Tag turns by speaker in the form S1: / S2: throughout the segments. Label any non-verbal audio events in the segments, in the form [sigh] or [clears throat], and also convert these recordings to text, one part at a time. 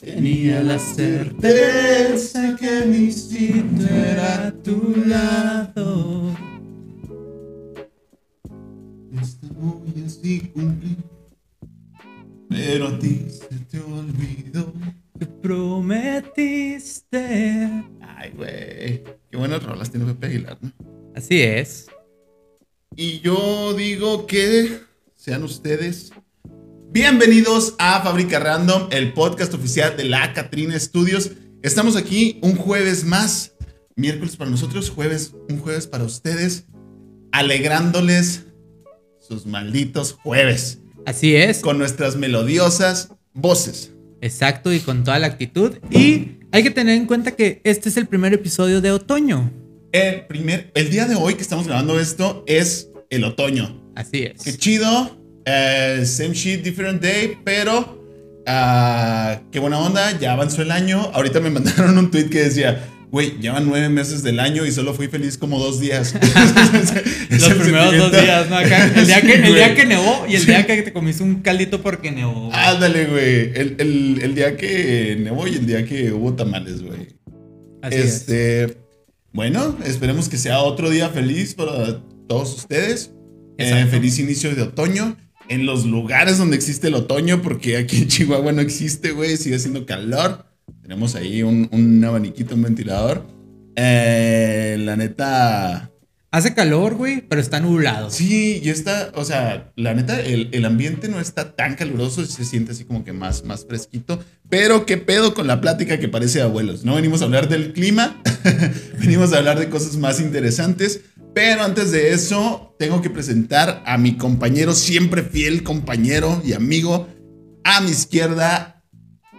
S1: tenía la certeza que mi instinto era a tu lado. Esta muy así cumplí, pero a ti se te olvidó.
S2: Te prometiste.
S1: Ay, güey. Qué buenas rolas tiene Pepe Aguilar, ¿no?
S2: Así es.
S1: Y yo digo que sean ustedes bienvenidos a Fábrica Random, el podcast oficial de la Catrina Studios. Estamos aquí un jueves más, miércoles para nosotros, jueves, un jueves para ustedes, alegrándoles sus malditos jueves
S2: Así es.
S1: con nuestras melodiosas voces.
S2: Exacto y con toda la actitud. Y hay que tener en cuenta que este es el primer episodio de otoño.
S1: El primer, el día de hoy que estamos grabando esto es el otoño.
S2: Así
S1: Qué
S2: es.
S1: chido. eh, same shit, different day. Pero ah, qué buena onda. Ya avanzó el año. Ahorita me mandaron un tweet que decía. Güey, llevan nueve meses del año y solo fui feliz como dos días.
S2: [laughs]
S1: [laughs]
S2: Los primeros dos días, ¿no? Acá, el, día que, el día que nevó y el
S1: Sí. Ah,
S2: día que te comiste un caldito porque nevó. güey.
S1: Ándale, güey. El, el- el día que nevó y el día que hubo tamales, güey.
S2: Así es.
S1: Este. Bueno, esperemos que sea otro día feliz para todos ustedes. Eh,
S2: Exacto.
S1: feliz inicio de otoño. En los lugares donde existe el otoño, porque aquí en Chihuahua no existe, güey, sigue haciendo calor. Tenemos ahí un, un abaniquito, un ventilador. Eh, la neta.
S2: Hace calor, güey, pero está nublado.
S1: Sí, y está, o sea, la neta, el, el ambiente no está tan caluroso, se siente así como que más, más fresquito. Pero qué pedo con la plática que parece de abuelos. No venimos a hablar del clima, [laughs] venimos a hablar de cosas más interesantes. Pero antes de eso, tengo que presentar a mi compañero, siempre fiel compañero y amigo, a mi izquierda,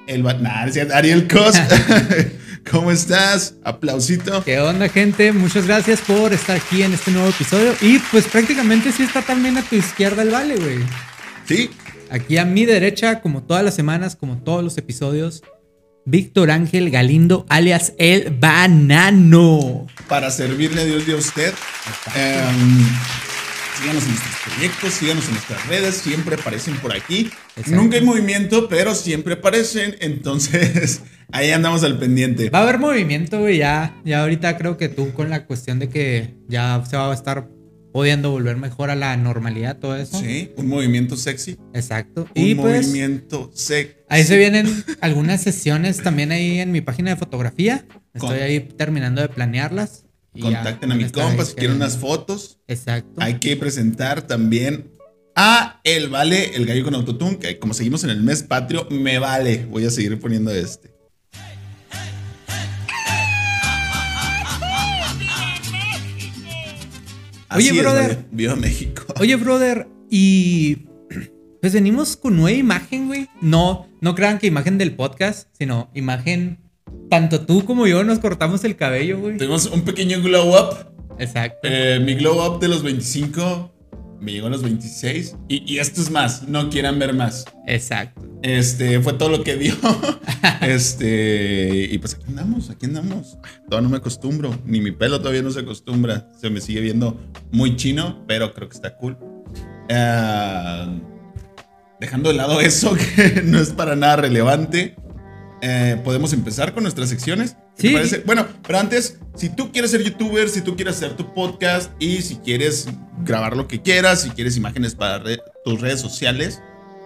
S1: el ba- nah, no es cierto, Ariel Cos. [laughs] ¿Cómo estás? Aplausito.
S2: ¿Qué onda, gente? Muchas gracias por estar aquí en este nuevo episodio. Y pues prácticamente sí está también a tu izquierda el vale, güey.
S1: Sí,
S2: Aquí a mi derecha, como todas las semanas, como todos los episodios, Víctor Ángel Galindo, alias El Banano.
S1: para servirle a Dios y a usted. Em, síganos en nuestros proyectos, síganos en nuestras redes, siempre aparecen por aquí.
S2: Exacto.
S1: Nunca hay movimiento, pero siempre aparecen, entonces [laughs] ahí andamos al pendiente.
S2: Va a haber movimiento, güey, ya. Ya ahorita creo que tú con la cuestión de que ya se va a estar pudiendo volver mejor a la normalidad, todo eso.
S1: Sí, un movimiento sexy.
S2: Exacto.
S1: Un
S2: y pues
S1: movimiento sexy.
S2: ahí se vienen algunas sesiones también ahí en mi página de fotografía. Estoy
S1: Con-
S2: ahí terminando de planearlas. y ya
S1: Contacten a
S2: van
S1: mi
S2: estar ahí
S1: compa si quieren
S2: queriendo.
S1: unas fotos.
S2: Exacto.
S1: Hay que presentar también a El Vale, el gallo con autotune, que como seguimos en el mes patrio, me vale. Voy a seguir poniendo este.
S2: Oye,
S1: Así es,
S2: brother.
S1: vale. Viva México. [laughs]
S2: Oye, brother, y [clears throat] pues venimos con nueva imagen, güey. No, no crean que imagen del podcast, sino imagen. Tanto tú como yo nos cortamos el cabello, güey.
S1: Tuvimos un pequeño glow up.
S2: Exacto.
S1: Eh, mi glow up de los 25 me llegó a los 26. Y, y esto es más. No quieran ver más.
S2: Exacto.
S1: Este fue todo lo que dio. [laughs] Este, y pues aquí andamos, aquí andamos. Todavía no me acostumbro, ni mi pelo todavía no se acostumbra. Se me sigue viendo muy chino, pero creo que está cool. Ah, dejando de lado eso [laughs] que no es para nada relevante, eh, podemos empezar con nuestras secciones. ¿Qué te
S2: Sí.
S1: parece? Bueno, pero antes, si tú quieres ser youtuber, si tú quieres hacer tu podcast y si quieres grabar lo que quieras, si quieres imágenes para re- tus redes sociales,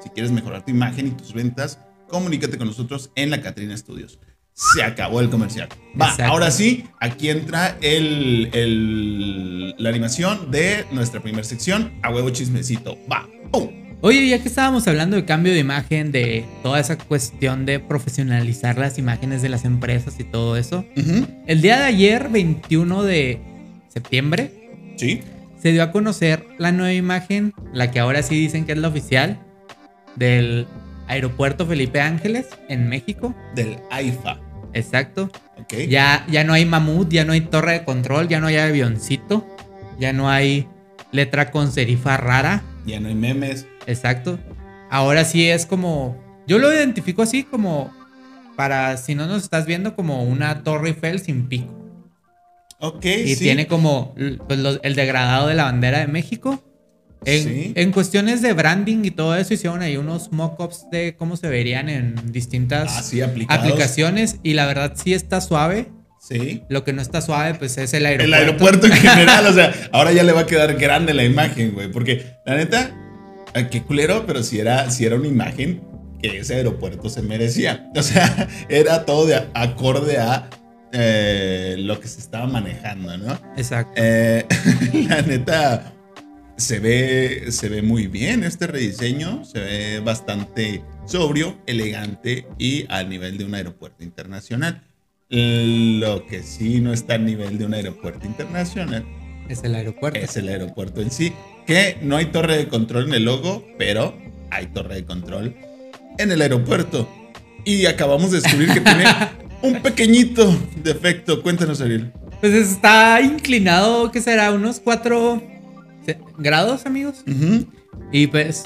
S1: si quieres mejorar tu imagen y tus ventas, comunícate con nosotros en la Catrina Studios. Se acabó el comercial. Va,
S2: Exacto.
S1: ahora sí, aquí entra el, el- la animación de nuestra primera sección, a huevo chismecito. Va, ¡pum!
S2: Oye, ya que estábamos hablando de cambio de imagen, de toda esa cuestión de profesionalizar las imágenes de las empresas y todo eso,
S1: Ujú,
S2: el día de ayer, 21 de septiembre,
S1: Sí.
S2: se dio a conocer la nueva imagen, la que ahora sí dicen que es la oficial, del aeropuerto Felipe Ángeles en México.
S1: Del AIFA.
S2: Exacto.
S1: Ok.
S2: Ya, ya no hay mamut, ya no hay torre de control, ya no hay avioncito, ya no hay letra con serifa rara.
S1: Ya no hay memes.
S2: Exacto. Ahora sí es como. Yo lo identifico así como. Para si no nos estás viendo, como una torre Eiffel sin pico.
S1: Ok,
S2: Y
S1: sí.
S2: tiene como pues, los- el degradado de la bandera de México. En,
S1: Sí.
S2: en cuestiones de branding y todo eso, hicieron ahí unos mock-ups de cómo se verían en distintas
S1: Así Ah, aplicados.
S2: aplicaciones. Y la verdad, sí está suave.
S1: Sí.
S2: Lo que no está suave, pues es el
S1: El
S2: aeropuerto.
S1: aeropuerto en general, o sea, ahora ya le va a quedar grande la imagen, güey. Porque, la neta, ah, qué culero, pero si era, si era una imagen que ese aeropuerto se merecía. O sea, era todo de a- acorde a eh, lo que se estaba manejando, ¿no?
S2: Exacto.
S1: Eh, [laughs] la neta, se ve, se ve muy bien este rediseño. Se ve bastante sobrio, elegante y al nivel de un aeropuerto internacional. Lo que sí no está al nivel de un aeropuerto internacional
S2: Es el aeropuerto.
S1: es el aeropuerto en sí. Que no hay torre de control en el logo, pero hay torre de control en el aeropuerto. Y acabamos de descubrir que tiene un pequeñito defecto. Cuéntanos, Ariel.
S2: Pues está inclinado, ¿qué será? Unos 4 grados, amigos.
S1: Ujú.
S2: Y pues,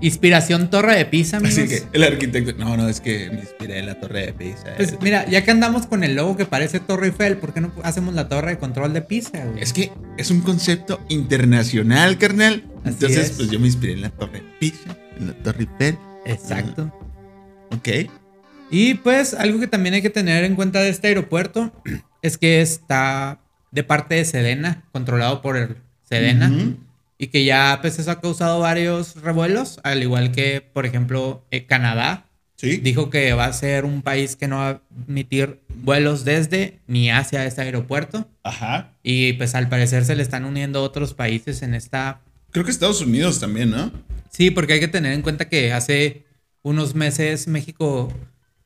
S2: inspiración Torre de Pisa, amigos.
S1: Así que el arquitecto, no, no, es que me inspiré en la torre de Pisa.
S2: Pues mira, ya que andamos con el logo que parece Torre Eiffel, ¿por qué no hacemos la torre de control de Pisa, güey?
S1: es que es un concepto internacional, carnal.
S2: Así
S1: Entonces,
S2: es.
S1: pues yo me inspiré en la torre de Pisa, en la torre Eiffel.
S2: Exacto.
S1: Ok.
S2: Y pues algo que también hay que tener en cuenta de este aeropuerto [clears throat] es que está de parte de Sedena, controlado por el Sedena,
S1: Ujú.
S2: y que ya pues eso ha causado varios revuelos, al igual que por ejemplo eh, Canadá
S1: Sí.
S2: dijo que va a ser un país que no va a admitir vuelos desde ni hacia este aeropuerto
S1: Ajá.
S2: y pues al parecer se le están uniendo otros países en esta
S1: Creo que Estados Unidos también, ¿no?
S2: Sí, porque hay que tener en cuenta que hace unos meses México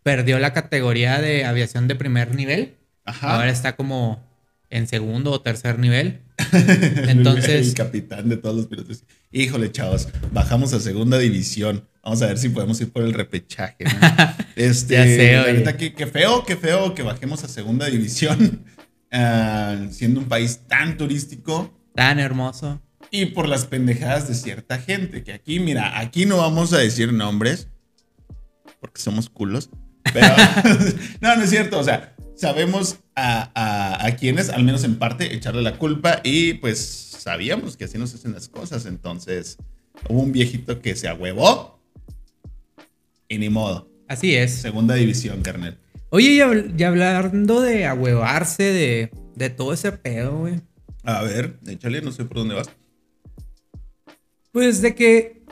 S2: perdió la categoría de aviación de primer nivel.
S1: Ajá.
S2: Ahora está como en segundo o tercer nivel.
S1: [laughs] El-
S2: Entonces-
S1: El capitán de todos los pilotos. Híjole, chavos, bajamos a segunda división. Vamos a ver si podemos ir por el repechaje. ¿no? Este,
S2: [laughs] Ya sé,
S1: la
S2: oye.
S1: neta, qué, qué feo, qué feo que bajemos a segunda división, [laughs] ah, siendo un país tan turístico
S2: Tan hermoso.
S1: y por las pendejadas de cierta gente. Que aquí, mira, aquí no vamos a decir nombres porque somos culos. Pero [laughs] no, no es cierto. O sea, sabemos a, a, a quienes, al menos en parte, echarle la culpa y pues sabíamos que así nos hacen las cosas. Entonces hubo un viejito que se ahuevó y ni modo.
S2: Así es.
S1: Segunda división, carnal.
S2: Oye, y, habl- y hablando de ahuevarse, de, de todo ese pedo, güey.
S1: A ver, échale, no sé por dónde vas.
S2: Pues de que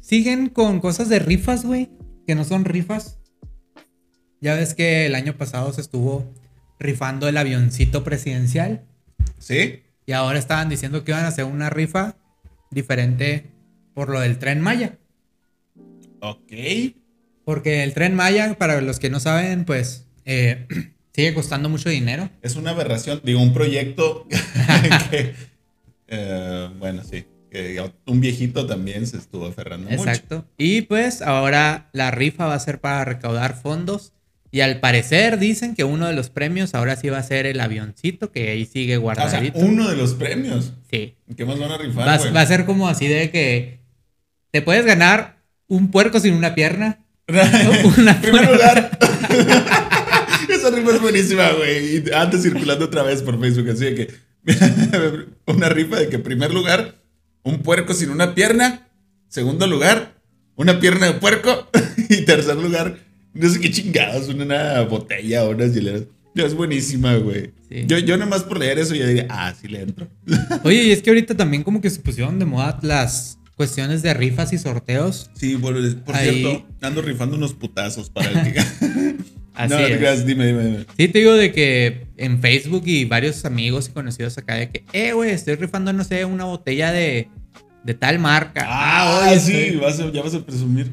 S2: siguen con cosas de rifas, güey, que no son rifas. Ya ves que el año pasado se estuvo rifando el avioncito presidencial.
S1: ¿Sí?
S2: Y ahora estaban diciendo que iban a hacer una rifa diferente por lo del tren Maya.
S1: Ok.
S2: Porque el tren Maya, para los que no saben, pues eh, [clears throat] sigue costando mucho dinero.
S1: Es una aberración, digo, un proyecto [laughs] que, eh, bueno, sí, que un viejito también se estuvo aferrando
S2: Exacto. Y pues ahora la rifa va a ser para recaudar fondos. Y al parecer dicen que uno de los premios ahora sí va a ser el avioncito, que ahí sigue
S1: mucho. O sea,
S2: guardadito.
S1: uno de los premios.
S2: Sí.
S1: ¿Qué más van a rifar,
S2: Va,
S1: güey?
S2: va a ser como así de que te puedes ganar un puerco sin
S1: [laughs]
S2: una pierna. una-
S1: Primer lugar. [laughs] Esa rifa es buenísima, güey. Y antes circulando otra vez por Facebook, así de que una rifa de que [laughs] primer lugar, un puerco sin una pierna. Segundo lugar, una pierna de puerco. [laughs] Y tercer lugar, no sé qué chingados, una, una botella o unas hieleras. Ya Es buenísima, güey.
S2: Sí.
S1: Yo, yo nomás por leer eso ya diría, ah, sí le entro.
S2: Oye, y es que ahorita también como que se pusieron de moda las cuestiones de rifas y sorteos.
S1: Sí, por, por
S2: Ahí.
S1: cierto, ando rifando unos putazos para
S2: [laughs]
S1: el que...
S2: Así
S1: no, no te
S2: es.
S1: creas, dime, dime, dime.
S2: Sí, te digo de que en Facebook y varios amigos y conocidos acá de que, eh, güey, estoy rifando, no sé, una botella de, de tal marca.
S1: Ah,
S2: oye,
S1: oye, sí, vas a- ya vas a presumir.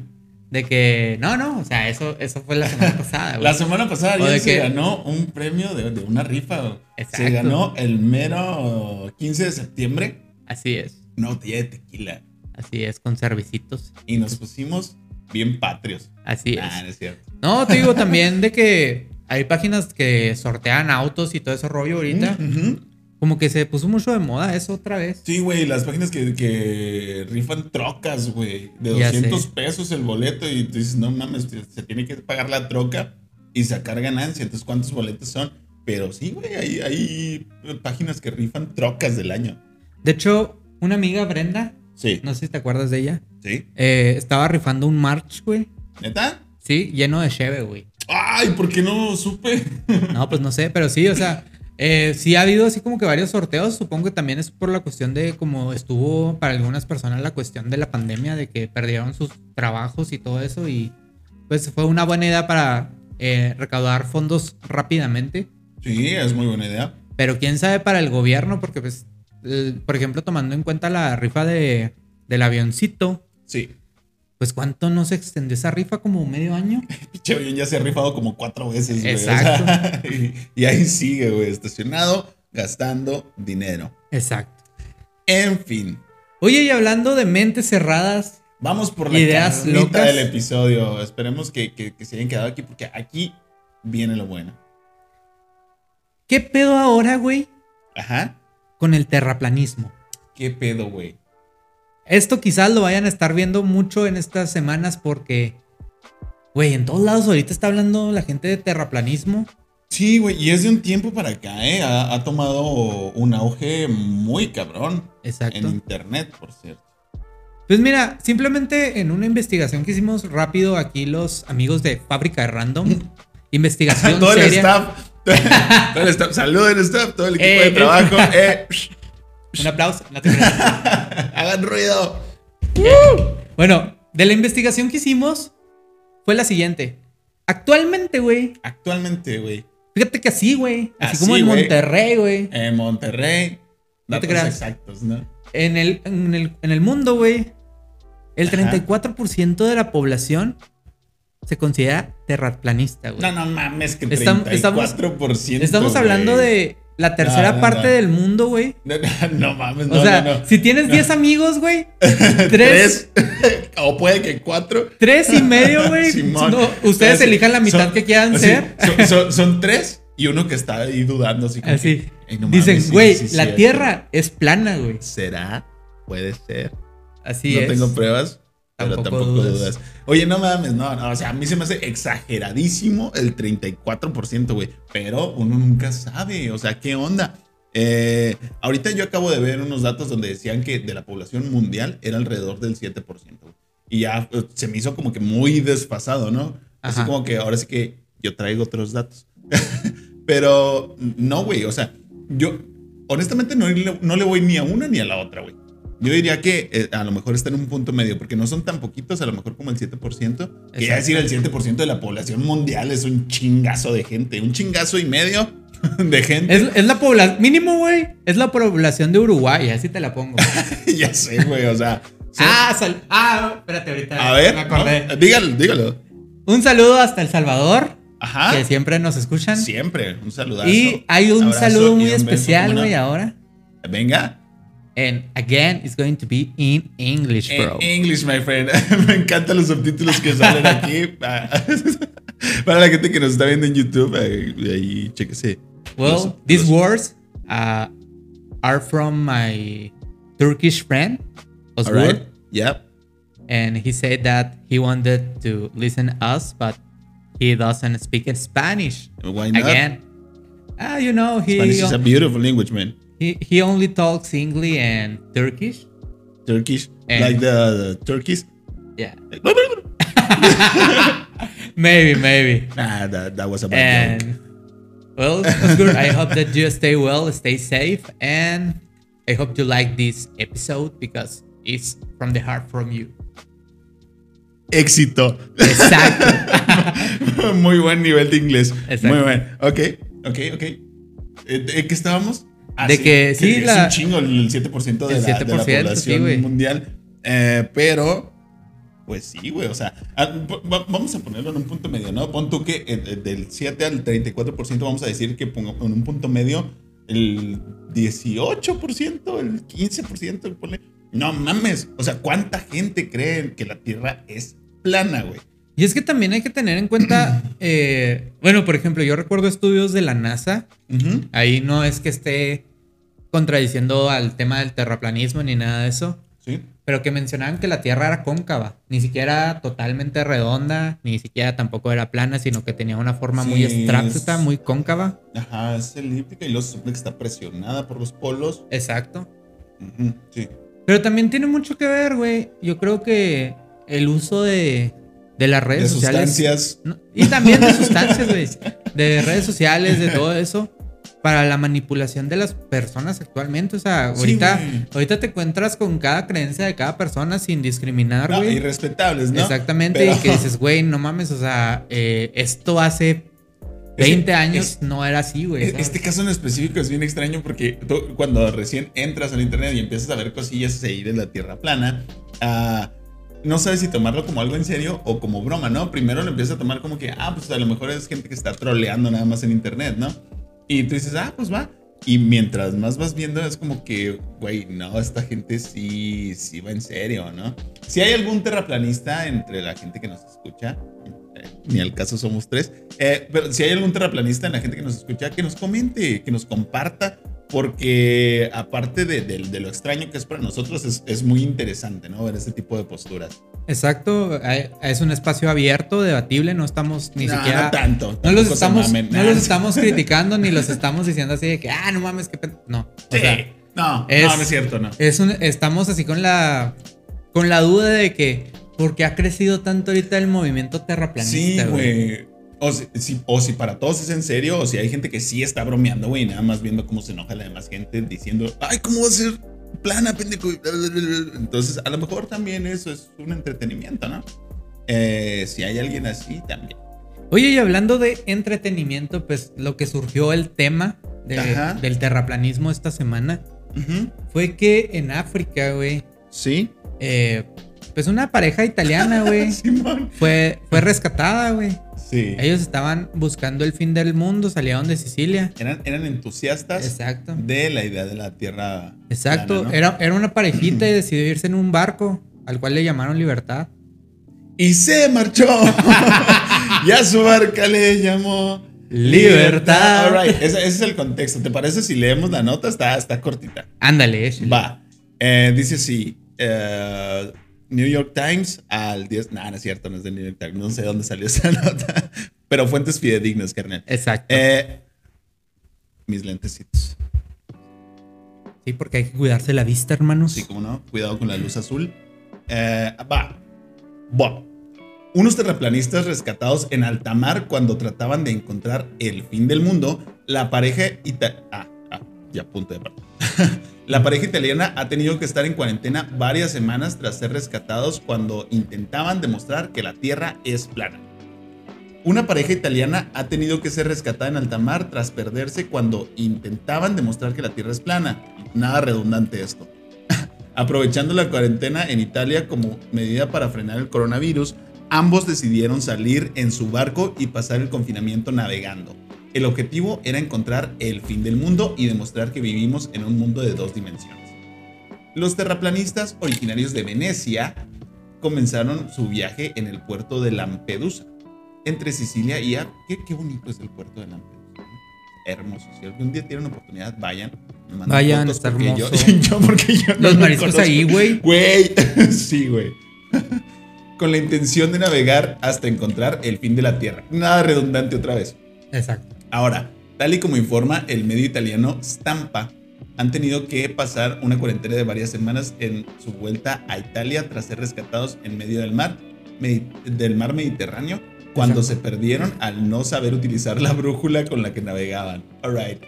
S2: De que, no, no, o sea, eso, eso fue la
S1: [laughs]
S2: semana pasada, güey.
S1: La semana pasada
S2: ¿O de
S1: alguien se
S2: qué?
S1: ganó un premio de, de una rifa.
S2: Exacto.
S1: Se ganó el mero 15 de septiembre
S2: Así es,
S1: una botella de tequila.
S2: así es, con servicitos.
S1: Y nos pusimos bien patrios.
S2: Así es.
S1: Ah, no es cierto.
S2: No, te digo también de que hay páginas que sortean autos y todo ese rollo ahorita.
S1: Ujú.
S2: Como que se puso mucho de moda eso otra vez.
S1: Sí, güey, las páginas que, que rifan trocas, güey. De
S2: Ya sé.
S1: 200 pesos el boleto y tú dices, no mames, se se tiene que pagar la troca y sacar ganancia. Entonces, ¿cuántos boletos son? Pero sí, güey, hay, hay páginas que rifan trocas del año.
S2: De hecho, una amiga Brenda
S1: Sí.
S2: No sé si te acuerdas de ella.
S1: ¿Sí?
S2: Eh, estaba rifando un March, güey.
S1: ¿Neta?
S2: Sí, lleno de cheve, güey.
S1: Ay, ¿por qué no supe?
S2: No, pues no sé, pero sí, o sea, eh, sí ha habido así como que varios sorteos. Supongo que también es por la cuestión de como estuvo para algunas personas la cuestión de la pandemia, de que perdieron sus trabajos y todo eso. Y pues fue una buena idea para eh, recaudar fondos rápidamente.
S1: Sí, es muy buena idea.
S2: Pero quién sabe para el gobierno, porque pues, el- por ejemplo, tomando en cuenta la rifa de, del avioncito,
S1: Sí.
S2: pues cuánto no se extendió esa rifa, como medio año.
S1: Pinche avión ya se ha rifado como cuatro veces, güey. O sea,
S2: Exacto.
S1: y, [laughs] y ahí sigue, güey, estacionado, gastando dinero.
S2: Exacto.
S1: En fin,
S2: Oye, y hablando de mentes cerradas,
S1: vamos por la
S2: Ideas
S1: carnita
S2: locas.
S1: del episodio. Esperemos que, que- que se hayan quedado aquí porque aquí viene lo bueno.
S2: ¿qué pedo ahora, güey,
S1: Ajá.
S2: con el terraplanismo?
S1: ¿Qué pedo, güey?
S2: Esto quizás lo vayan a estar viendo mucho en estas semanas porque, güey, en todos lados ahorita está hablando la gente de terraplanismo.
S1: Sí, güey, y es de un tiempo para acá, ¿eh? Ha, ha tomado un auge muy cabrón
S2: Exacto.
S1: en internet, por cierto.
S2: Pues mira, simplemente en una investigación que hicimos rápido aquí los amigos de Fábrica
S1: [laughs]
S2: de Random, investigación
S1: Todo el
S2: seria,
S1: staff. [laughs] Todo el staff. Saluden, staff. Todo el equipo
S2: Eh,
S1: de
S2: [laughs]
S1: trabajo. Eh,
S2: un aplauso. no te creas.
S1: hagan ruido.
S2: bueno, de la investigación que hicimos fue la siguiente. Actualmente, güey,
S1: Actualmente, güey,
S2: fíjate que así, güey,
S1: Así,
S2: así como en
S1: güey.
S2: Monterrey, güey,
S1: en Monterrey.
S2: No te
S1: datos
S2: creas.
S1: exactos, ¿no?
S2: en el, en el, en el mundo, güey, el
S1: Ajá.
S2: 34% de la población se considera terraplanista, güey.
S1: No, no mames, que el
S2: Estam- estamos-
S1: 34%.
S2: Estamos
S1: güey.
S2: hablando de la tercera
S1: No, no,
S2: parte
S1: no.
S2: del mundo, güey.
S1: [laughs] No, no, no mames,
S2: O
S1: no,
S2: sea,
S1: no, no.
S2: si tienes 10 amigos, güey,
S1: [laughs] Tres.
S2: tres,
S1: [laughs] o puede que cuatro.
S2: tres y medio,
S1: [laughs]
S2: güey.
S1: Simón.
S2: no, ustedes
S1: Así,
S2: elijan la mitad
S1: son-
S2: que quieran
S1: así,
S2: ser.
S1: Son, son- son tres y uno que está ahí dudando. Así como
S2: Así.
S1: que, "Ey, no mames,
S2: Dicen,
S1: sí,
S2: güey,
S1: sí, sí,
S2: la
S1: es".
S2: tierra es plana, güey.
S1: ¿Será? Puede ser.
S2: Así
S1: no
S2: es.
S1: tengo pruebas, pero
S2: Tampoco
S1: tampoco,
S2: dudas.
S1: dudas. Oye, no mames, no, no, o sea, a mí se me hace exageradísimo el 34%, güey, pero uno nunca sabe, o sea, ¿qué onda? Eh, ahorita yo acabo de ver unos datos donde decían que de la población mundial era alrededor del 7%, güey, y ya eh, se me hizo como que muy desfasado, ¿no? Así
S2: Ajá.
S1: como que ahora sí que yo traigo otros datos. [laughs] Pero no, güey, o sea, yo honestamente no le, no le voy ni a una ni a la otra, güey. Yo diría que eh, a lo mejor está en un punto medio, porque no son tan poquitos, a lo mejor como el 7%. Que ya decir el 7% de la población mundial es un chingazo de gente, un chingazo y medio [laughs] de gente. [laughs]
S2: Es, es la población, mínimo, güey, es la población de Uruguay, así te la pongo.
S1: [laughs] ya sé, güey, o sea. son-
S2: ah, sal- ah, espérate, ahorita.
S1: a ver,
S2: Me acordé.
S1: ¿no? dígalo, dígalo.
S2: Un saludo hasta El Salvador,
S1: Ajá.
S2: que siempre nos escuchan.
S1: Siempre, un saludazo.
S2: y hay un
S1: abrazo
S2: saludo
S1: y
S2: muy
S1: un beso,
S2: especial,
S1: ¿cómo no?
S2: güey, ahora.
S1: Venga.
S2: And again, it's going to be in English,
S1: En
S2: bro.
S1: English, my friend. [laughs] Me encantan los subtítulos que salen aquí. Ah. [laughs] Para la gente que nos está viendo en YouTube, ahí, ahí chéquese.
S2: Well, these words uh, are from my Turkish friend,
S1: All
S2: Oswald,
S1: right. Yep.
S2: and he said that he wanted to listen us, but he doesn't speak in Spanish.
S1: Why not?
S2: Again, ah, you know, he
S1: Spanish is a beautiful language, man.
S2: he, he only talks English and Turkish.
S1: Turkish,
S2: And-
S1: like the, the Turkish.
S2: Yeah,
S1: [laughs]
S2: maybe, maybe.
S1: nah, that, that was a bad joke.
S2: And well, Osgur, I hope that you stay well, stay safe, and I hope you like this episode because it's from the heart from you.
S1: Éxito. [laughs]
S2: Exacto.
S1: Muy buen nivel de inglés.
S2: Exacto.
S1: Muy buen. Ok, ok, ok. Eh, ¿De qué estábamos? Ah,
S2: De que sí,
S1: es
S2: la-
S1: un chingo el 7% de,
S2: El
S1: la, de la
S2: 7%, sí,
S1: población
S2: güey.
S1: mundial. Eh, pero, pues sí, güey. O sea, ah, va- va- vamos a ponerlo en un punto medio, ¿no? Pon tú que eh, de- del 7 al 34%, vamos a decir que ponga- en un punto medio el 18%, el 15%, ponle. No mames. O sea, ¿cuánta gente cree que la Tierra es plana, güey?
S2: Y es que también hay que tener en cuenta, eh, bueno, por ejemplo, yo recuerdo estudios de la NASA,
S1: Ujú.
S2: ahí no es que esté contradiciendo al tema del terraplanismo ni nada de eso,
S1: Sí.
S2: pero que mencionaban que la Tierra era cóncava, ni siquiera totalmente redonda, ni siquiera tampoco era plana, sino que tenía una forma muy
S1: Sí,
S2: estráfita,
S1: es-
S2: muy cóncava.
S1: Ajá, es elíptica y luego se supone que está presionada por los polos.
S2: Exacto.
S1: Ujú, sí.
S2: Pero también tiene mucho que ver, güey. Yo creo que el uso de, de las redes
S1: de
S2: sociales.
S1: sustancias.
S2: No, Y también de sustancias, güey. De redes sociales, de todo eso. Para la manipulación de las personas actualmente. O sea,
S1: Sí,
S2: ahorita,
S1: güey.
S2: ahorita te encuentras con cada creencia de cada persona sin discriminar,
S1: No,
S2: Ah, güey.
S1: irrespetables, ¿no?
S2: Exactamente.
S1: Pero-
S2: Y que dices, güey, no mames. O sea, eh, esto hace 20
S1: Ese-
S2: años
S1: es-
S2: no era así, güey.
S1: E-
S2: ¿sabes?
S1: Este caso en específico es bien extraño porque tú, cuando recién entras al internet y empiezas a ver cosillas ahí de la tierra plana, ah, no sabes si tomarlo como algo en serio o como broma, ¿no? Primero lo empiezas a tomar como que, ah, pues a lo mejor es gente que está troleando nada más en internet, ¿no? Y tú dices, ah, pues va. Y mientras más vas viendo, es como que, güey, no, esta gente sí, sí va en serio, ¿no? Si hay algún terraplanista entre la gente que nos escucha, eh, ni al caso somos tres, eh, pero si hay algún terraplanista en la gente que nos escucha, que nos comente, que nos comparta, porque aparte de, de- de lo extraño que es para nosotros, es, es muy interesante, ¿no? Ver este tipo de posturas.
S2: Exacto. eh, Es un espacio abierto, debatible. No estamos ni
S1: No,
S2: siquiera.
S1: no tanto.
S2: No los,
S1: tampoco se
S2: estamos,
S1: mamen. Ah,
S2: no
S1: [laughs]
S2: los estamos criticando ni los estamos diciendo así de que, ah, no mames, qué pen-". No. O
S1: Sí.
S2: sea,
S1: no,
S2: es-
S1: no, no es cierto, no.
S2: es un- estamos así con la con la duda de que, ¿por qué ha crecido tanto ahorita el movimiento
S1: Sí,
S2: terraplanista, güey?
S1: güey. O si, si- o si para todos es en serio, o si hay gente que sí está bromeando, güey, nada más viendo cómo se enoja la demás gente diciendo, ay, ¿cómo va a ser plana, pendejo? Y bla, bla, bla, bla. Entonces, a lo mejor también eso es un entretenimiento, ¿no? Eh, si hay alguien así, también.
S2: Oye, y hablando de entretenimiento, pues lo que surgió el tema de-
S1: Ajá.
S2: del terraplanismo esta semana
S1: Ujú.
S2: fue que en África, güey,
S1: Sí.
S2: eh, pues una pareja italiana,
S1: [laughs]
S2: güey,
S1: Simón.
S2: fue, fue rescatada, güey.
S1: Sí.
S2: Ellos estaban buscando el fin del mundo, salieron de Sicilia.
S1: Eran, eran entusiastas
S2: Exacto.
S1: de la idea de la tierra.
S2: Exacto.
S1: plana, ¿no?
S2: era, era una parejita y decidió irse en un barco al cual le llamaron Libertad.
S1: Y se marchó. [laughs] y a su barca le llamó
S2: Libertad.
S1: All right. Ese, ese es el contexto. ¿Te parece si leemos la nota? Está, está cortita.
S2: Ándale, Ashley.
S1: Va. Eh, dice así. eh, New York Times al 10. No, no es cierto, no es de New York Times. No sé dónde salió esa [laughs] nota. Pero fuentes fidedignas, carnal.
S2: Exacto.
S1: Eh, mis lentecitos.
S2: sí, porque hay que cuidarse la vista, hermanos.
S1: Sí, como no. Cuidado con la luz azul. Eh, va. Va. Unos terraplanistas rescatados en alta mar cuando trataban de encontrar el fin del mundo, la pareja ita- ah, ah, ya punto de parte. [laughs] la pareja italiana ha tenido que estar en cuarentena varias semanas tras ser rescatados cuando intentaban demostrar que la Tierra es plana. Una pareja italiana ha tenido que ser rescatada en alta mar tras perderse cuando intentaban demostrar que la Tierra es plana. Nada redundante esto. Aprovechando la cuarentena en Italia como medida para frenar el coronavirus, ambos decidieron salir en su barco y pasar el confinamiento navegando. El objetivo era encontrar el fin del mundo y demostrar que vivimos en un mundo de dos dimensiones. Los terraplanistas originarios de Venecia comenzaron su viaje en el puerto de Lampedusa, entre Sicilia y... A- ¿Qué, qué bonito es el puerto de Lampedusa. Hermoso. Si algún día tienen oportunidad, vayan. Me mandan
S2: Vayan,
S1: fotos
S2: está
S1: porque yo- [laughs]
S2: hermoso.
S1: yo porque yo no
S2: Los
S1: lo
S2: mariscos
S1: conozco.
S2: ahí, güey.
S1: Güey. [laughs] sí, güey. Con la intención de navegar hasta encontrar el fin de la Tierra. Nada redundante otra vez.
S2: Exacto.
S1: Ahora, tal y como informa el medio italiano Stampa, han tenido que pasar una cuarentena de varias semanas en su vuelta a Italia tras ser rescatados en medio del mar, Medi- del mar Mediterráneo, cuando se perdieron al no saber utilizar la brújula con la que navegaban. All right.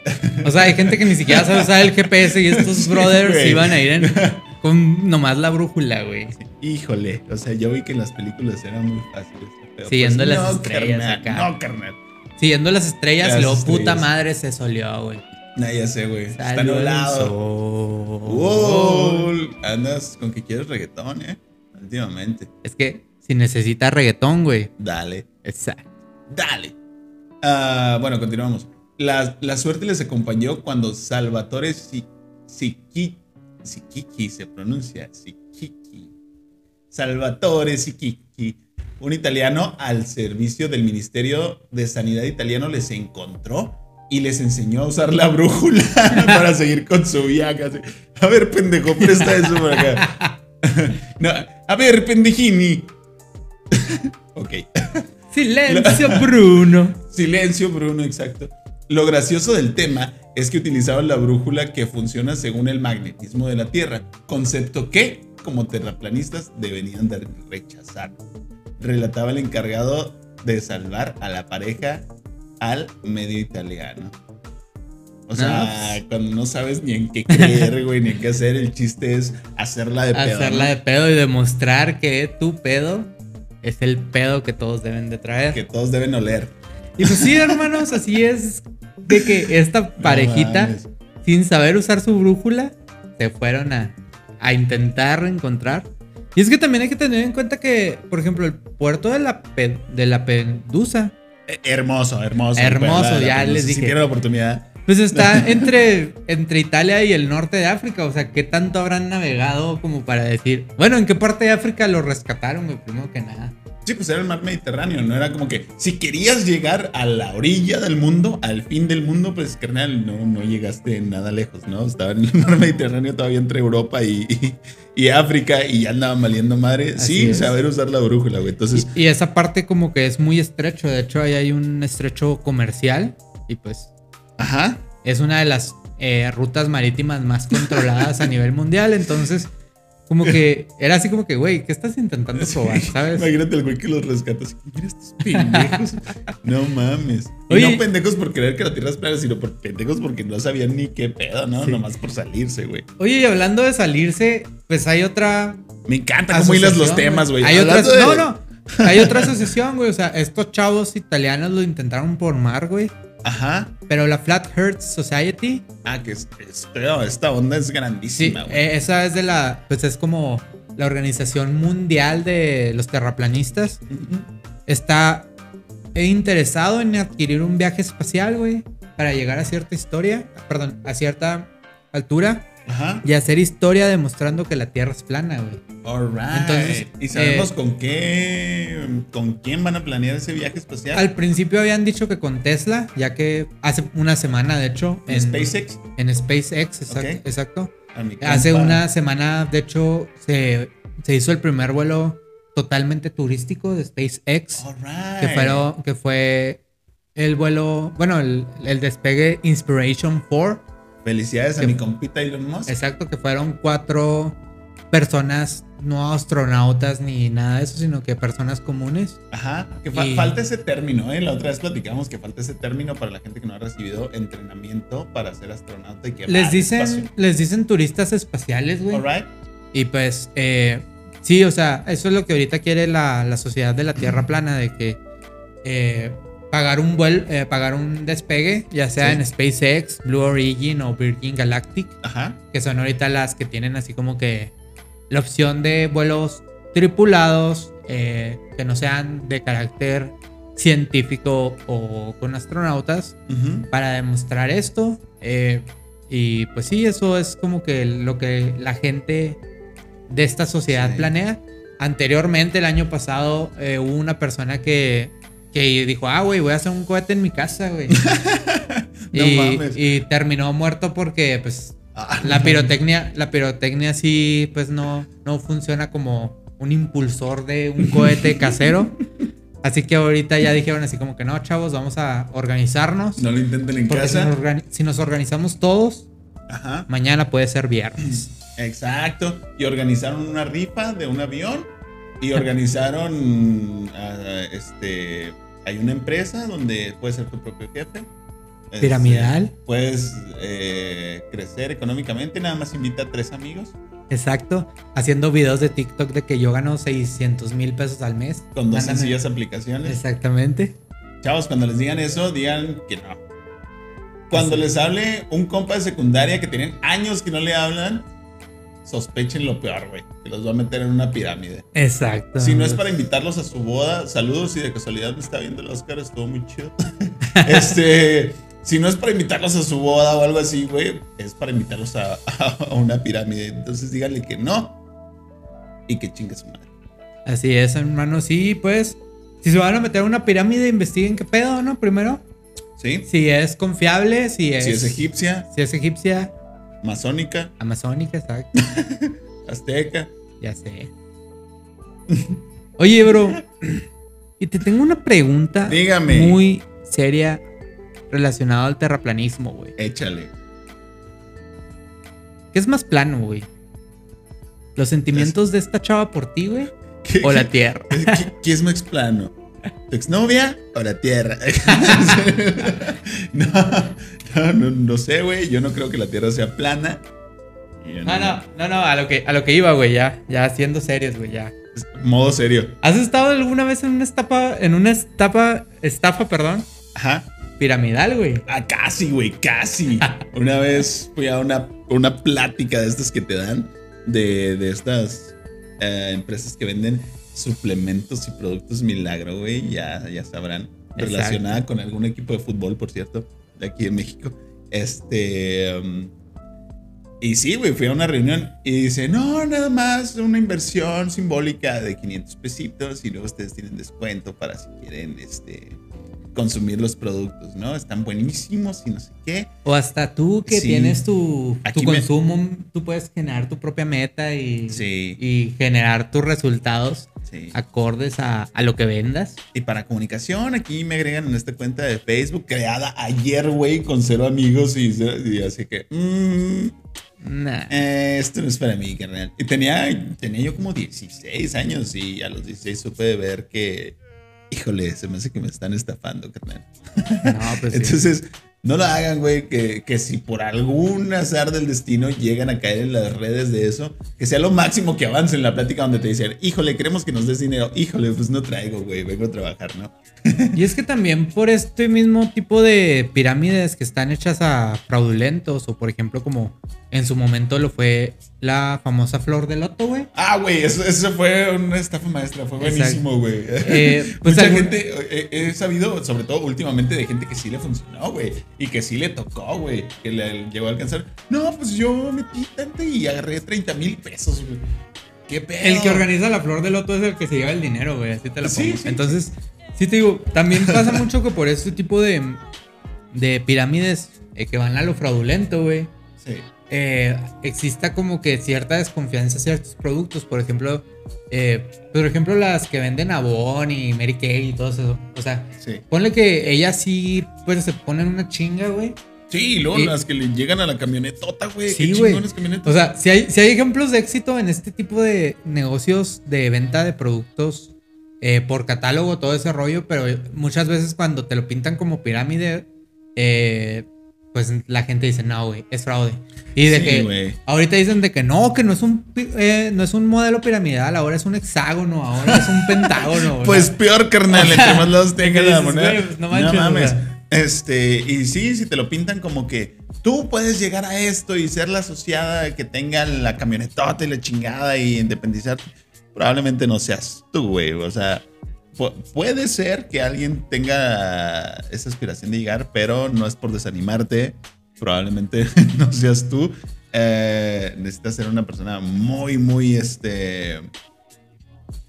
S2: O sea, hay gente que ni siquiera sabe usar el GPS y estos
S1: Sí,
S2: brothers
S1: güey.
S2: iban a ir en- con nomás la brújula, güey.
S1: Híjole, o sea, yo vi que en las películas eran muy este fáciles. pero
S2: Siguiendo las estrellas
S1: Pues, carnal,
S2: acá.
S1: No, carnal.
S2: Siguiendo las estrellas
S1: Las
S2: y luego puta
S1: estrellas.
S2: madre se soleó, güey.
S1: Nah, ya sé, güey. Está
S2: Salió el
S1: nublado.
S2: sol.
S1: Wow. Andas con que quieres reggaetón, eh. Últimamente.
S2: Es que si necesita reggaetón, güey.
S1: Dale,
S2: Exacto.
S1: dale. Ah, bueno, continuamos. La, la suerte les acompañó cuando Salvatore Si- Siqui- Siquiki se pronuncia. Siquiki. Salvatore Siquiki, un italiano al servicio del Ministerio de Sanidad italiano, les encontró y les enseñó a usar la brújula [laughs] para seguir con su viaje. así. A ver, pendejo, presta eso por acá. [laughs] No, a ver, pendejini. [laughs] ok. [laughs]
S2: Silencio, Bruno.
S1: Silencio, Bruno, exacto. Lo gracioso del tema es que utilizaban la brújula que funciona según el magnetismo de la Tierra, concepto que, como terraplanistas, deberían de rechazar. Relataba el encargado de salvar a la pareja al medio italiano. O
S2: Ah,
S1: sea, cuando no sabes ni en
S2: [laughs]
S1: qué creer, güey, ni en qué hacer, el chiste es hacerla de pedo.
S2: Hacerla
S1: ¿no?
S2: de pedo y demostrar que tu pedo es el pedo que todos deben de traer.
S1: Que todos deben oler.
S2: Y pues sí, hermanos, así es de que esta parejita,
S1: mames.
S2: sin saber usar su brújula, se fueron a, a intentar encontrar. Y es que también hay que tener en cuenta que, por ejemplo, el puerto de la, Pe- de la Pendusa,
S1: Eh, Hermoso, hermoso.
S2: Hermoso,
S1: Puebla, la
S2: ya
S1: Península.
S2: les
S1: Si
S2: dije.
S1: tienen la oportunidad.
S2: pues
S1: [laughs]
S2: está entre, entre Italia y el norte de África. O sea, ¿qué tanto habrán navegado como para decir, bueno, ¿en qué parte de África lo rescataron, güey? Primero que nada.
S1: Sí, pues era el mar Mediterráneo, ¿no? Era como que si querías llegar a la orilla del mundo, al fin del mundo, pues carnal, no, no llegaste nada lejos, ¿no? Estaba en el mar Mediterráneo todavía entre Europa y, y, y África y ya andaban valiendo madre
S2: Así
S1: sin
S2: es.
S1: saber usar la brújula, güey. Entonces,
S2: Y, y esa parte como que es muy estrecho. De hecho, ahí hay un estrecho comercial y pues
S1: ajá.
S2: es una de las eh, rutas marítimas más controladas a nivel mundial. Entonces, como que era así como que, güey, ¿qué estás intentando probar? ¿Sabes?
S1: Imagínate el güey que los rescata. así, Mira estos
S2: [laughs]
S1: pendejos. no mames. Y
S2: Oye.
S1: no pendejos por creer que la tierra es plana, sino por pendejos porque no sabían ni qué pedo, ¿no?
S2: Sí.
S1: Nomás por salirse, güey.
S2: Oye, y hablando de salirse, pues hay otra.
S1: Me encanta cómo hilas los
S2: asociación,
S1: temas, güey.
S2: Hay otra.
S1: Hablando de-
S2: No, no. Hay otra asociación, güey. O sea, estos chavos italianos lo intentaron por mar, güey.
S1: Ajá.
S2: Pero la Flat Earth Society
S1: Ah, que es, es- pero esta onda es
S2: Sí,
S1: grandísima, güey.
S2: eh, esa es de la, pues es como la organización mundial de los terraplanistas. Está interesado en adquirir un viaje espacial, güey, para llegar a cierta historia, perdón, a cierta altura
S1: Ajá.
S2: y hacer historia demostrando que la Tierra es plana, güey.
S1: Alright.
S2: Entonces,
S1: y sabemos
S2: eh,
S1: con qué. ¿Con quién van a planear ese viaje espacial?
S2: Al principio habían dicho que con Tesla, ya que hace una semana, de hecho,
S1: ¿En SpaceX?
S2: en SpaceX, exacto,
S1: Ok.
S2: exacto.
S1: A mi
S2: Hace
S1: compa.
S2: una semana, de hecho, se, se hizo el primer vuelo totalmente turístico de SpaceX,
S1: Alright.
S2: que, fueron- que fue el vuelo, bueno, el, el despegue Inspiration 4,
S1: Felicidades a
S2: que-
S1: mi compita Elon Musk.
S2: exacto, que fueron cuatro personas, no astronautas ni nada de eso, sino que personas comunes.
S1: Ajá, que fa-
S2: Y-
S1: falta ese término, ¿eh? La otra vez platicamos que falta ese término para la gente que no ha recibido entrenamiento para ser astronauta y que va
S2: Les
S1: al
S2: dicen,
S1: espacio.
S2: les dicen turistas espaciales, güey.
S1: Alright.
S2: Y pues, eh, sí, o sea, eso es lo que ahorita quiere la, la sociedad de
S1: [clears throat]
S2: la Tierra plana, de que eh, pagar un vuelo, pagar un despegue, ya sea
S1: Sí.
S2: en SpaceX, Blue Origin o Virgin Galactic,
S1: Ajá.
S2: que son ahorita las que tienen así como que la opción de vuelos tripulados, eh, que no sean de carácter científico o con astronautas
S1: ujú.
S2: para demostrar esto. eh, y pues sí, eso es como que lo que la gente de esta sociedad
S1: Sí.
S2: planea. Anteriormente, el año pasado, eh, hubo una persona que, que dijo, ah, güey, voy a hacer un cohete en mi casa, güey.
S1: [laughs] No
S2: y,
S1: mames.
S2: y terminó muerto porque, pues,
S1: Ah,
S2: la pirotecnia, la pirotecnia sí, pues, no, no funciona como un impulsor de un
S1: [laughs]
S2: cohete casero. Así que ahorita ya dijeron así como que no, chavos, vamos a organizarnos.
S1: No lo intenten en
S2: Porque si nos,
S1: casa.
S2: organi- si nos organizamos todos,
S1: Ajá.
S2: mañana puede ser
S1: Mm.
S2: viernes.
S1: Exacto. Y organizaron una rifa de un avión
S2: [laughs]
S1: y organizaron ah, este hay una empresa donde puedes ser tu propio jefe. Este,
S2: Piramidal.
S1: puedes eh, crecer económicamente, nada más invita a tres amigos
S2: Exacto. Haciendo videos de TikTok de que yo gano 600 mil pesos al mes.
S1: con dos
S2: Mándame.
S1: sencillas aplicaciones.
S2: Exactamente.
S1: Chavos, cuando les digan eso, digan que no. Cuando les hable un compa de secundaria que tienen años que no le hablan, sospechen lo peor, güey. Que los va a meter en una pirámide.
S2: Exacto.
S1: Si no es para invitarlos a su boda, saludos. Si de casualidad me está viendo el Oscar, estuvo muy chido. [laughs] este, si no es para invitarlos a su boda o algo así, güey, es para invitarlos a, a una pirámide. Entonces díganle que no y que chingue su madre.
S2: Así es, hermano. Sí, pues. Si se van a meter a una pirámide, investiguen qué pedo, ¿no? Primero.
S1: ¿Sí?
S2: Si es confiable, si es.
S1: Si es egipcia,
S2: si es egipcia,
S1: masónica,
S2: amazónica, exacto.
S1: azteca.
S2: Ya sé. Oye, bro. Y te tengo una pregunta.
S1: Dígame.
S2: Muy seria relacionado al terraplanismo, güey.
S1: Échale.
S2: ¿Qué es más plano, güey? ¿Los sentimientos de esta chava por ti, güey?
S1: ¿Qué,
S2: ¿O la tierra?
S1: qué- qué- qué es más plano? ¿Tu exnovia o la tierra? [laughs] no, no, no, no sé, güey. Yo no creo que la tierra sea plana. Yo
S2: No, no, no, no, a lo que, a lo que iba, güey, ya. Ya siendo serios, güey, ya.
S1: Modo serio.
S2: ¿Has estado alguna vez en una estafa, en una estafa, estafa, perdón,
S1: Ajá.
S2: piramidal, güey?
S1: Ah, casi, güey, casi. Una vez fui a una, una plática de estas que te dan, de, de estas eh, empresas que venden suplementos y productos milagro, güey, ya, ya sabrán.
S2: Exacto.
S1: Relacionada con algún equipo de fútbol, por cierto, de aquí en México. Este... um, y sí, güey, fui a una reunión y dice, no, nada más una inversión simbólica de 500 pesitos y luego ustedes tienen descuento para si quieren, este, consumir los productos, ¿no? Están buenísimos y no sé qué.
S2: O hasta tú que
S1: Sí.
S2: tienes tu, tu
S1: Aquí me-
S2: consumo, tú puedes generar tu propia meta y,
S1: Sí.
S2: y generar tus resultados
S1: Sí.
S2: acordes a, a lo que vendas.
S1: Y para comunicación, aquí me agregan en esta cuenta de Facebook creada ayer, güey, con cero amigos y, y así que, mm, [laughs]
S2: Nah.
S1: eh, esto no es para mí, carnal. Y tenía, tenía yo como 16 años y a los 16 supe de ver que, híjole, se me hace que me están estafando, carnal.
S2: No, pues sí.
S1: Entonces, no lo hagan, güey, que, que si por algún azar del destino llegan a caer en las redes de eso, que sea lo máximo que avance en la plática donde te dicen, híjole, queremos que nos des dinero. Híjole, pues no traigo, güey, vengo a trabajar, ¿no?
S2: Y es que también por este mismo tipo de pirámides que están hechas a fraudulentos, o por ejemplo, como en su momento lo fue la famosa flor de loto, güey.
S1: Ah, güey, eso, eso fue una estafa maestra, fue
S2: Exacto.
S1: buenísimo, güey. [laughs]
S2: Eh, pues
S1: Mucha
S2: algún-
S1: gente, eh, he, sabido, sobre todo últimamente, de gente que sí le funcionó, güey, y que sí le tocó, güey, que le llegó a alcanzar. No, pues yo metí tanto y agarré 30 mil pesos, güey. ¿Qué pedo?
S2: El que organiza la flor del loto es el que se lleva el dinero, güey. Así te la
S1: Sí,
S2: pongo.
S1: sí.
S2: Entonces, sí te digo,
S1: [laughs]
S2: también pasa mucho que por este tipo de, de pirámides eh, que van a lo fraudulento, güey,
S1: Sí.
S2: eh, exista como que cierta desconfianza hacia ciertos productos. Por ejemplo, eh, por ejemplo, las que venden Avon y Mary Kay y todo eso. O sea,
S1: Sí.
S2: ponle que ellas sí, pues se ponen una chinga, güey.
S1: Sí, y luego
S2: Y-
S1: las que le llegan a la camionetota, güey.
S2: Sí,
S1: Qué
S2: güey.
S1: chingones camionetas.
S2: O sea, si hay, si hay ejemplos de éxito en este tipo de negocios de venta de productos eh, por catálogo, todo ese rollo, pero muchas veces cuando te lo pintan como pirámide, eh, pues la gente dice, no, güey, es fraude. Y de
S1: Sí,
S2: que
S1: güey.
S2: ahorita dicen de que no, que no es un pi- eh, no es un modelo piramidal, ahora es un hexágono, ahora es un pentágono.
S1: [laughs]
S2: güey.
S1: Pues peor, carnal, entre más lados tenga la
S2: dices,
S1: moneda.
S2: güey, pues, no
S1: no,
S2: manches, o
S1: mames.
S2: sea.
S1: Este, y sí, si te lo pintan como que tú puedes llegar a esto y ser la asociada que tenga la camionetota y la chingada y independizarte, probablemente no seas tú, güey. O sea, pu- puede ser que alguien tenga esa aspiración de llegar, pero no es por desanimarte. Probablemente [laughs] no seas tú. Eh, necesitas ser una persona muy, muy, este,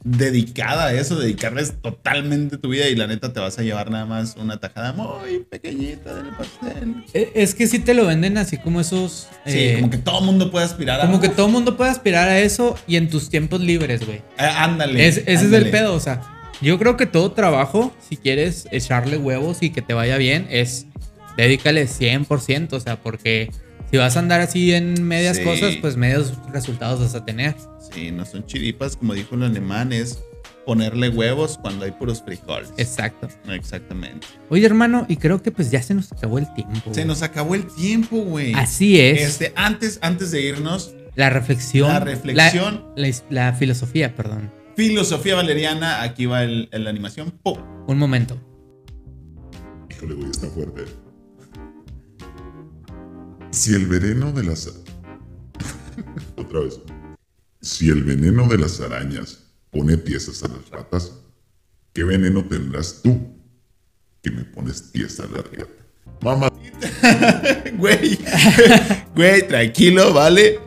S1: dedicada a eso, dedicarles totalmente tu vida y la neta te vas a llevar nada más una tajada muy pequeñita del pastel.
S2: Eh, es que sí te lo venden así como esos...
S1: Sí,
S2: eh,
S1: como que todo mundo puede aspirar a...
S2: como que todo mundo puede aspirar a eso y en tus tiempos libres, güey.
S1: Ah, ándale.
S2: Es- ese es
S1: ándale.
S2: el pedo, o sea, yo creo que todo trabajo, si quieres echarle huevos y que te vaya bien, es dedícale 100%, o sea, porque si vas a andar así en medias
S1: Sí.
S2: cosas, pues medios resultados vas a tener.
S1: Sí, no son chiripas, como dijo el alemán, es ponerle huevos cuando hay puros frijoles.
S2: Exacto.
S1: Exactamente.
S2: Oye, hermano, y creo que pues ya se nos acabó el tiempo.
S1: Se
S2: güey.
S1: nos acabó el tiempo, güey.
S2: Así es.
S1: Este, antes, antes de irnos,
S2: la reflexión.
S1: la reflexión.
S2: La, la- la filosofía, perdón.
S1: filosofía valeriana, aquí va el- la animación. ¡Pum! [laughs]
S2: Un momento.
S3: Híjole, güey, está fuerte. Si el veneno de las... [laughs] Otra vez. Si el veneno de las arañas pone piezas a las ratas, ¿qué veneno tendrás tú que me pones piezas a la rata? Mamá,
S1: Güey, [laughs] güey, tranquilo, ¿vale?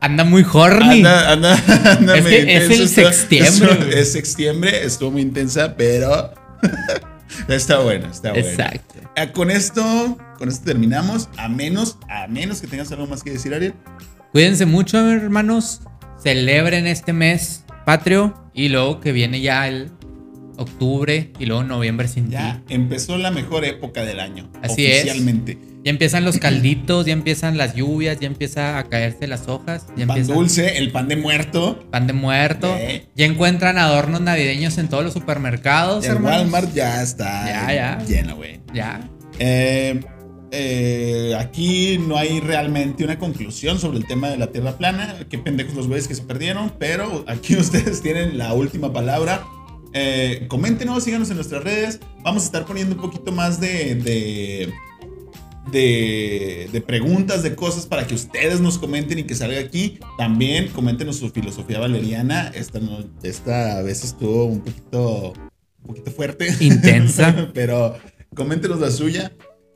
S2: Anda muy horny.
S1: Anda, [laughs] anda, anda
S2: Es
S1: medio
S2: que es
S1: intenso,
S2: el
S1: está-
S2: sextiembre,
S1: estuvo-
S2: güey.
S1: Es sextiembre, estuvo muy intensa, pero [laughs] está bueno, está bueno.
S2: Exacto.
S1: Ah, Con esto, con esto terminamos, a menos, a menos que tengas algo más que decir, Ariel.
S2: Cuídense mucho, hermanos. Celebren este mes patrio y luego que viene ya el octubre y luego noviembre sin
S1: Ya
S2: ti.
S1: empezó la mejor época del año.
S2: Así es.
S1: oficialmente.
S2: Ya empiezan los calditos, ya empiezan las lluvias, ya empieza a caerse las hojas, ya
S1: Pan
S2: empieza
S1: dulce, el pan de muerto.
S2: pan de muerto.
S1: Eh.
S2: Ya encuentran adornos navideños en todos los supermercados,
S1: El
S2: hermanos.
S1: Walmart ya está
S2: Ya, ya.
S1: lleno, güey.
S2: Ya.
S1: Eh, eh, aquí no hay realmente una conclusión sobre el tema de la Tierra plana. Qué pendejos los güeyes que se perdieron, pero aquí [laughs] ustedes tienen la última palabra. Eh, coméntenos, síganos en nuestras redes. Vamos a estar poniendo un poquito más de, de, de, de preguntas, de cosas para que ustedes nos comenten y que salga aquí. También coméntenos su filosofía valeriana. Esta, no- esta vez estuvo un poquito, un poquito fuerte.
S2: Intensa.
S1: [laughs] Pero coméntenos la suya.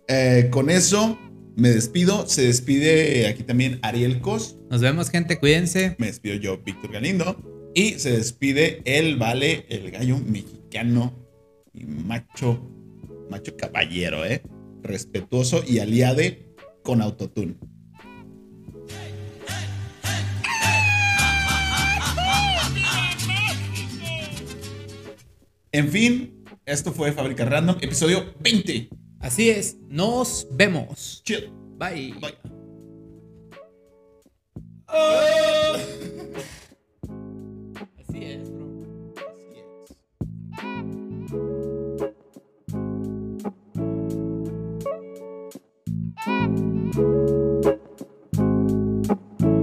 S1: Eh, con eso me despido. Se despide eh, aquí también Ariel Cos.
S2: Nos vemos, gente. Cuídense.
S1: Me despido yo, Víctor Galindo. Y se despide el Vale, el gallo mexicano y macho, macho caballero, ¿eh? Respetuoso y aliade con autotune. En fin, esto fue Fábrica Random, episodio 20.
S2: Así es. Nos vemos.
S1: Chill.
S2: Bye.
S1: Bye.
S2: Oh.